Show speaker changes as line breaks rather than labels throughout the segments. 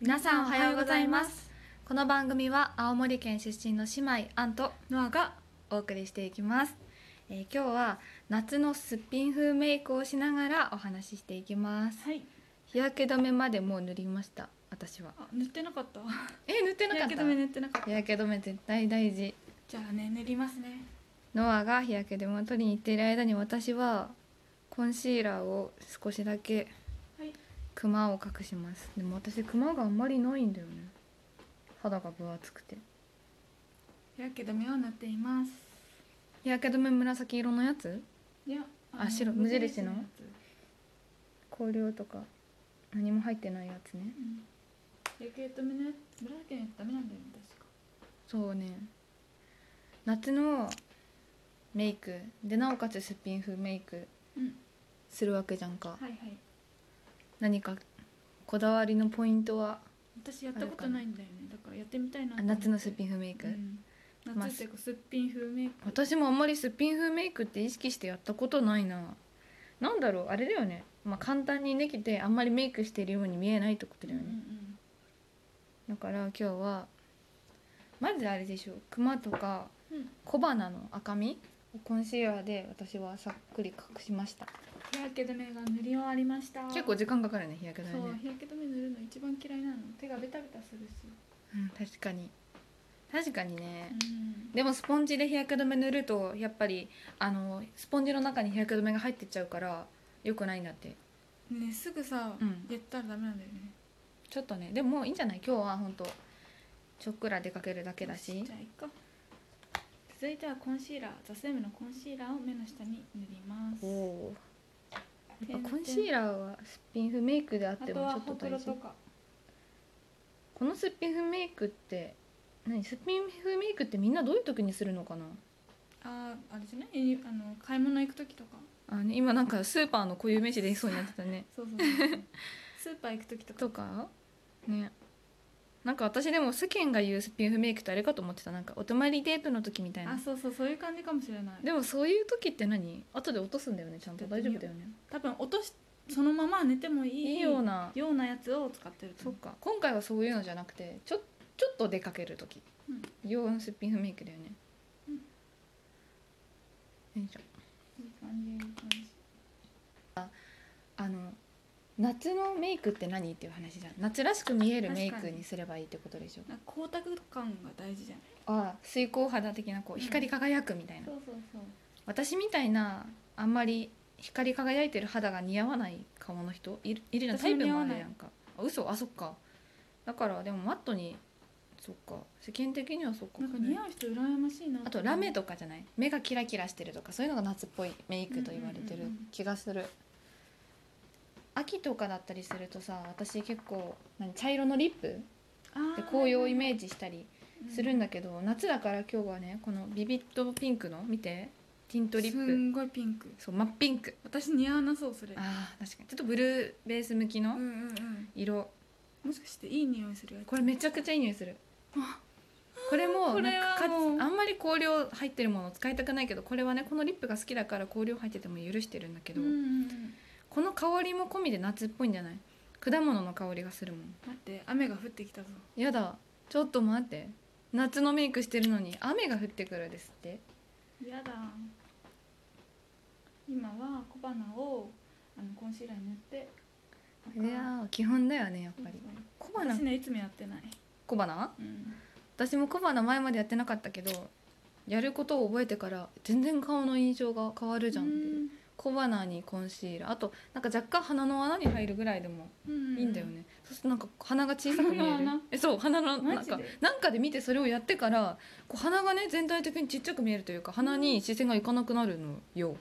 皆さんおはようございますこの番組は青森県出身の姉妹アンと
ノアが
お送りしていきます、えー今日は夏のすっぴん風メイクをしながらお話ししていきます
はい
日焼け止めまでもう塗りました私は
あ塗ってなかった
え塗ってなかった
日焼け止め塗ってなかった
日焼け止め絶対大事
じゃあね塗りますね
ノアが日焼け止めを取りに行っている間に私はコンシーラーを少しだけ
はい
クマを隠しますでも私クマがあんまりないんだよね肌が分厚くて
日焼け止めを塗っています
日焼け止め紫色のやつ
いや
あ
の
白無印の
やつ
香料とか何も入ってないやつね
うん日焼け止めのやつ紫のやつダメなんだよね確か
そうね夏のメイクでなおかつすっぴん風メイク
うん
するわけじゃんか、
はいはい
何かこだわりのポイントは
私やったことないんだよねだからやってみたいな
あ夏のすっぴ
ン
ん風メイク、まあ
夏っていうかすっぴん風メイク
私もあんまりすっぴん風メイクって意識してやったことないななんだろうあれだよね、まあ、簡単にできてあんまりメイクしてるように見えないってことだよね、
うんうん
だから今日はまずあれでしょクマとか
うん
小鼻の赤みをコンシーラーで私はさっくり隠しました
日焼け止めが塗り終わりました
結構時間かかるね日焼け止
そ
め
う
ね、
日焼け止め塗るの一番嫌いなの手がベタベタするし
うん、確かに確かにね、
うん
でもスポンジで日焼け止め塗るとやっぱりあのスポンジの中に日焼け止めが入ってっちゃうから良くないんだって
ねすぐさ、
うん
やったらダメなんだよね
ちょっとねでももういいんじゃない今日は本当ちょっくら出かけるだけだし
じゃあいっか続いてはコンシーラーザセームのコンシーラーを目の下に塗りま
お
す
おーやっぱコンシーラーはすっぴん風メイクであっ
あ
て
と
も
は
ちょっ
ほ
と
く
大
ろ
事
とか
このすっぴん風メイクって何すっぴん風メイクってみんなどういう時にするのかな
あーあれじゃないえあの買い物行く時とか
あ、ね、今なんかスーパーの固有名詞で言いそうになってたね
そうそうそうそう スーパー行く時とか
とかねなんか私でも世間が言うすっぴん風メイクってあれかと思ってたなんかお泊まりデートの時みたい
あ
な
そうそうそういう感じかもしれない
でもそういう時って何後で落とすんだよねちゃんと
やっ
大
て
丈
み
夫
よう
だよね
多分落としそのまま寝てもいい
いいような
ようなやつを使ってると
そっ
思
か今回はそういうのじゃなくてちょちょっと出かける時、
うん
用のすっぴん風メイクだよね、よいしょ
ういい感じいい感じ
あの夏のメイクって何っていう話じゃん夏らしく見えるメイクにすればいいってことでしょ
なんか光沢感が大事じゃない
ああ水光肌的なこう
うん
光り輝くみたいな、
そうそうそう
私みたいなあんまり光り輝いてる肌が似合わない顔の人いるいるじゃんタ
私
イ
も
プ
似合
もあ
わない
るやんかあ嘘あそっかだからでもマットにそっか世間的にはそっか
なんか似合う人羨ましいな
あとラメとかじゃない目がキラキラしてるとかそういうのが夏っぽいメイクと言われてる
うんうんうんうん
気がする、秋とかだったりするとさ私結構何茶色のリップで紅葉をイメージしたりするん
だ
だけど、夏だから今日はねこのビビッドピンクの見てティントリッ
す
プ
んごいピンク
そう真っピンク
私似合わなそうそれ
あー確かにちょっとブルーベース向き
う
の
んうんうん
色、
もしかしていい匂いするやつ
これめちゃくちゃいい匂いするこれも
これ
なんかか
はもう
あんまり香料入ってるもの使いたくないけどこれはねこのリップが好きだから香料入ってても許してるんだけ
う
ど、
んうんうん
この香りも込みで夏っぽいんじゃない果物の香りがするもん
待って雨が降ってきたぞ
やだちょっと待って夏のメイクしてるのに雨が降ってくるですって
やだ今は小鼻をあのコンシーラーに塗って
いやー基本だよねやっぱり小
そうそう
花
私ねいつもやってない
小花
うん
私も小花前までやってなかったけどやることを覚えてから全然顔の印象が変わるじゃんっていう小鼻にコンシーラーあとなんか若干鼻の穴に入るぐらいでも
うん
いいんだよね、そうするとなんか鼻が小さく見える
鼻の穴
えそう鼻のな
マ
ん
ジで
かなんかで見てそれをやってからこう鼻がね全体的にちっちゃく見えるというか鼻に視線がいかなくなるのよ、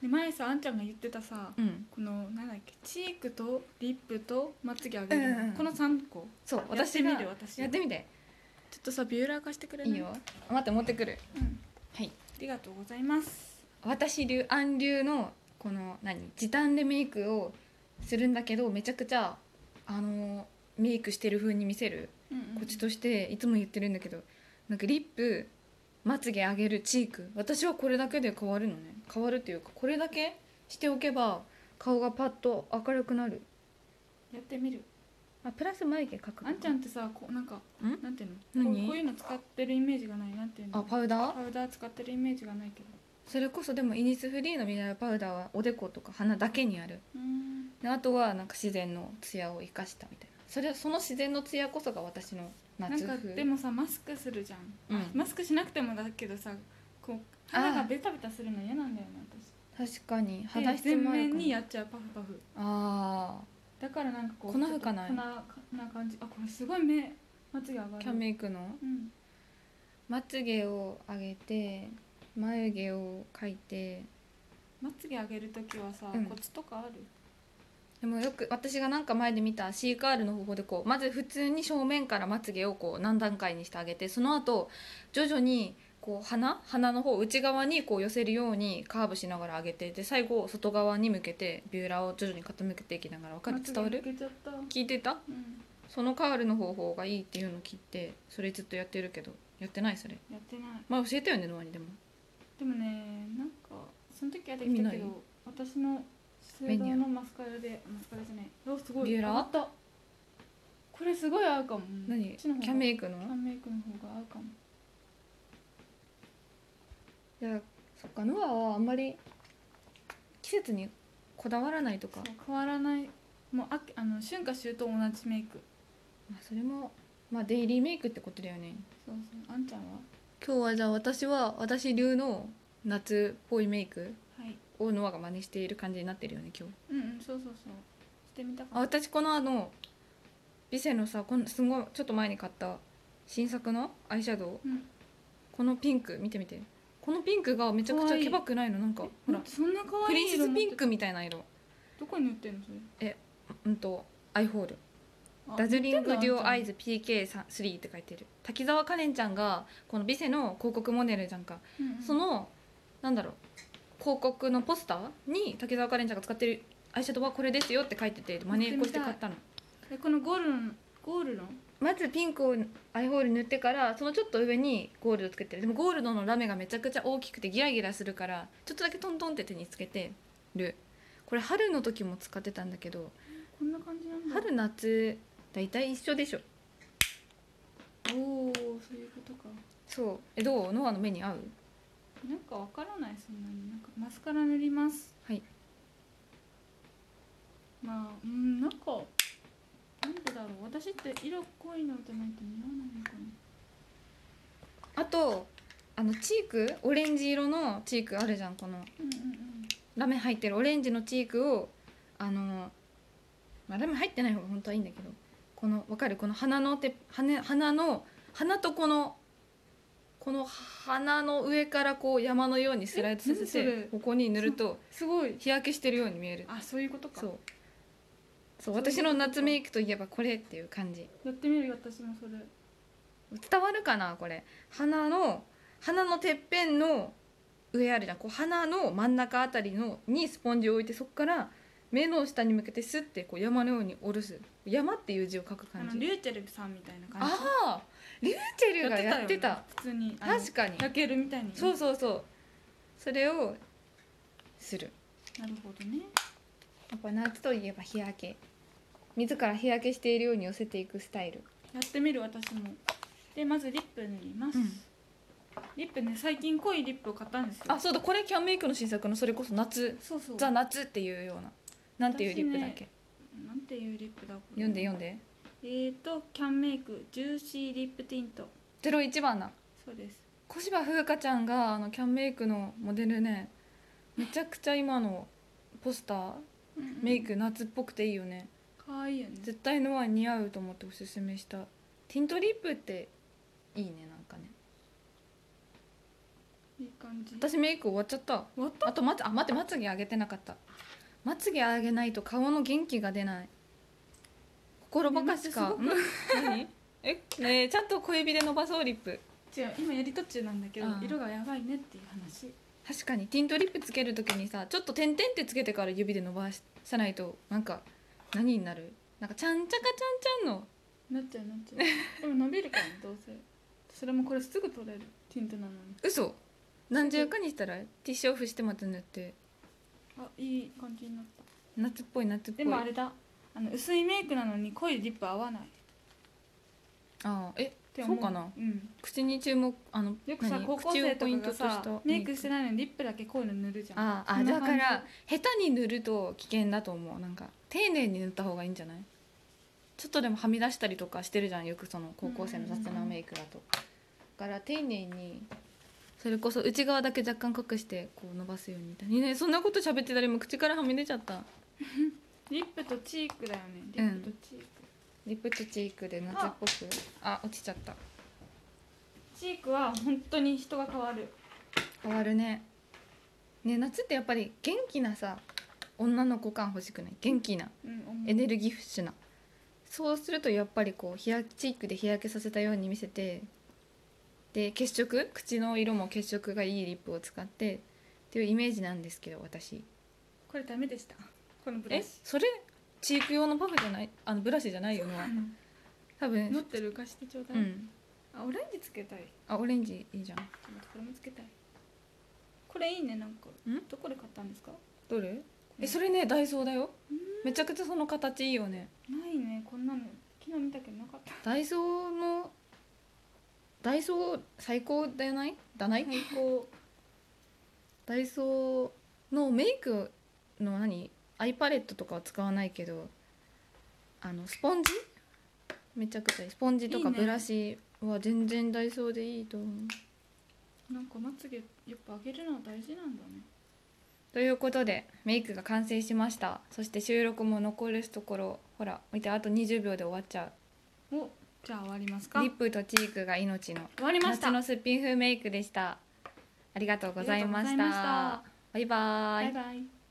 で前さあんちゃんが言ってたさ
うん、
このなんだっけチークとリップとまつげ上げるの、
うんうん
この三個
そう
やって
私が
みる私
やってみて
ちょっとさビューラー貸してくれない
いいよ待って持ってくる
うん、
はい
ありがとうございます
私流アン流のこの何時短でメイクをするんだけどめちゃくちゃあのメイクしてる風に見せる
うんうん
こっちとしていつも言ってるんだけどなんかリップまつげ上げるチーク私はこれだけで変わるのね変わるっていうかこれだけしておけば顔がパッと明るくなる
やってみる
あプラス眉毛描く
あんちゃんってさこうなんか
ん
なんていうのこ
何
うこういうの使ってるイメージがないなんていうの
あパウダー
パウダー使ってるイメージがないけど
それこそでもイニスフリーのミネラルパウダーはおでことか鼻だけにある
うん
であとはなんか自然のツヤを生かしたみたいなそれはその自然のツヤこそが私の
なん
夏
か
風
でもさマスクするじゃん、
うん
マスクしなくてもだけどさこう
あー
肌がベタベタするの嫌なんだよね
確かに
私
肌
で
質
全
もある
面
か
に
も
やっちゃうパフパフ
あ
だからなんかこう
粉吹かない
ちょっと粉な感じあこれすごい目まつげ上が
あ
る
キャンメイクの
うん
まつげを上げて眉毛を描いて
まつげ上げるときはさ、
うん
コツとかある
でもよく私がなんか前で見た C カールの方法でこうまず普通に正面からまつげをこう何段階にしてあげてその後徐々にこう鼻鼻の方内側にこう寄せるようにカーブしながら上げてで最後外側に向けてビューラーを徐々に傾けていきながらわかる伝わ
まつげ上
る
げちゃった、うん、
聞いてたそのカールの方法がいいっていうのを聞いてそれずっとやってるけどやってないそれ
やってない
まあ教えたよねノアにでも
でもねなんかその時はできたけ
意味ない
ど私の水道のマスカラでマスカラじゃないあすごい
ビューラー
上がったこれすごい合うかも
何
こっ
キ
ちの方が
ャンメイクの
キャンメイクの方が合うかも
いやそっかノアはあんまり季節にこだわらないとか
そう変わらないもうああの春夏秋冬同じメイク
まあ、それも、まあ、デイリーメイクってことだよね
そうそうあんちゃんは
今日はじゃあ私は私流の夏っぽいメイク
はい
をノアが真似している感じになってるよね今日
うんうんそうそうそうしてみたか
あ
っ
私このあのビセのさこのすごいちょっと前に買った新作のアイシャドウ
たうん
このピンク見てみてこのピンクがめちゃく
か
ち
わ
ゃ
いい
ケバくないのなんかほら
そんな可
プ
愛
リン
い
セ
色
ス
持って
ピンクみたいな色
どこに売ってんのそれ
うんとアイホール
あ
ダズリング・デュオ・アイ
売っ
ズ PK3 って書いてる滝沢カレンちゃんがこのビセの広告モデルじゃんか
てんのあんちゃんうんうん
そのなんだろう広告のポスターに滝沢カレンちゃんが使ってるアイシャドウはこれですよって書いてて真似っこして買ったの
でこのゴールのゴールの
まずピンクをアイホール塗ってからそのちょっと上にゴールドつけてるでもゴールドのラメがめちゃくちゃ大きくてギラギラするからちょっとだけトントンって手につけてるこれ春の時も使ってたんだけど
こんな感じなんだ
春夏大体一緒でしょ
おおそういうことか
そうえどうノアの目に合う
なんかわからないそんなになんかマスカラ塗ります
はい
まあうんなんかなんでだろう私って色濃いのじゃないと似合わないのかな
あとあのチークオレンジ色のチークあるじゃんこの
うんうん
ラメ入ってるオレンジのチークをあの、まあ、ラメ入ってない方が本当はいいんだけどこのわかるこの鼻のて鼻鼻の鼻とこのこの鼻の上からこう山のようにスライドさせ
え何そ
て
れ
ここに塗ると
すごい
日焼けしてるように見える
あそういうことか
そうそう
そういうことか
私の夏メイクといえばこれっていう感じ
やってみるよ私もそれ
伝わるかなこれ鼻の鼻のてっぺんの上あるじゃんこう鼻の真ん中あたりのにスポンジを置いてそこから目の下に向けてスッてこう山のように下ろす山っていう字を書く
あ
感
の
じ
リューチェルさんみたいな感じ
ああーリューチェルがやってた
よね普通にあの
確かに
焼けるみたいに
そうそうそうそれをする
なるほどね
やっぱ夏といえば日焼け自ら日焼けしているように寄せていくスタイル
やってみる私もでまずリップ塗ります、
うん
リップね最近濃いリップを買ったんですよ
あそうだこれキャンメイクの新作のそれこそ夏
そうそう
ザ夏っていうようななんていうリップだっけ、
なんていうリップだこれ
読んで読んで
えーとキャンメイクジューシーリップティント
ゼロ一番な
そうです
小芝風花ちゃんがあのキャンメイクのモデルねめちゃくちゃ今のポスターメイク夏っぽくていいよね
かわいいよね
絶対ノアに似合うと思っておすすめしたティントリップっていいねなんかね
いい感じ
私メイク終わっちゃった
終わった
あとまつあ待ってまつげ上げてなかったまつげ上げないと顔の元気が出ない心ばかしか、
ね
ん何えねえちゃんと小指で伸ばそうリップ
違う今やり途中なんだけど
あー
色がやばいねっていう話
確かにティントリップつけるときにさちょっと点々ってつけてから指で伸ばさないとなんか何になるなんかちゃんちゃかちゃんちゃんの
なっちゃうなっちゃうでも伸びるからねどうせそれもこれすぐ取れるティントなのに
嘘何十かにしたらティッシュオフしてまた塗って
あいい感じになった
夏っぽい夏っぽ
で
い
もあれだあの薄いメイクなのに濃いリップ合わないっ
ああえ
て
そ
思
うかな
うん、
口に注目あの
よくさ
何
高校生
口をポイン
と
ト
かが
とした
さメイクしてないのにリップだけ濃いの塗るじゃん
ああ
そんな
だ
感じ
から下手に塗ると危険だと思うなんか丁寧に塗った方がいいんじゃないちょっとでもはみ出したりとかしてるじゃんよくその高校生の雑なメイクだとだから丁寧にそれこそ内側だけ若干隠してこう伸ばすようにみたいにねそんなこと喋ってたら今口からはみ出ちゃった
リップとチークだよねリップとチーク、
リップとチークで夏っぽくあ落ちちゃった
チークは本当に人が変わる
変わるねね夏ってやっぱり元気なさ女の子感欲しくない元気な
うん
エネルギッシュなそうするとやっぱりこう日焼けチークで日焼けさせたように見せてで血色口の色も血色がいいリップを使ってっていうイメージなんですけど私
これダメでしたこのブラ
え
シ
それチーク用のパフじゃないあのブラシじゃないよな
うん
多
持っ
分
てる浮かしてちょうだ
う
い、
ん
あオレンジつけたい
あオレンジいいじゃん
ちょっと待ってこれもつけたいこれいいねなんか
ん
どこで買ったんですか
どれえそ
れ
れねダイソーだよ
うん
めちゃくちゃその形いいよね
ないねこんなの昨日見たけどなかった
ダイソーのダイソー最高だよないだない
最高
ダイソーのメイクの何アイパレットとかは使わないけどあのスポンジめちゃくちゃいいスポンジとか
いいね
ブラシは全然ダイソーでいいと思う。
なんかまつげやっぱ上げるのは大事なんだね
ということでメイクが完成しましたそして収録も残るところほら見てあと20秒で終わっちゃ
おじゃあ終わります
う
か
リップとチークが命の
終わりました
夏のすっぴん風メイクでしたありがとうございま
あ
し
りがとうございました
たバイバ
バ
イ
イバイ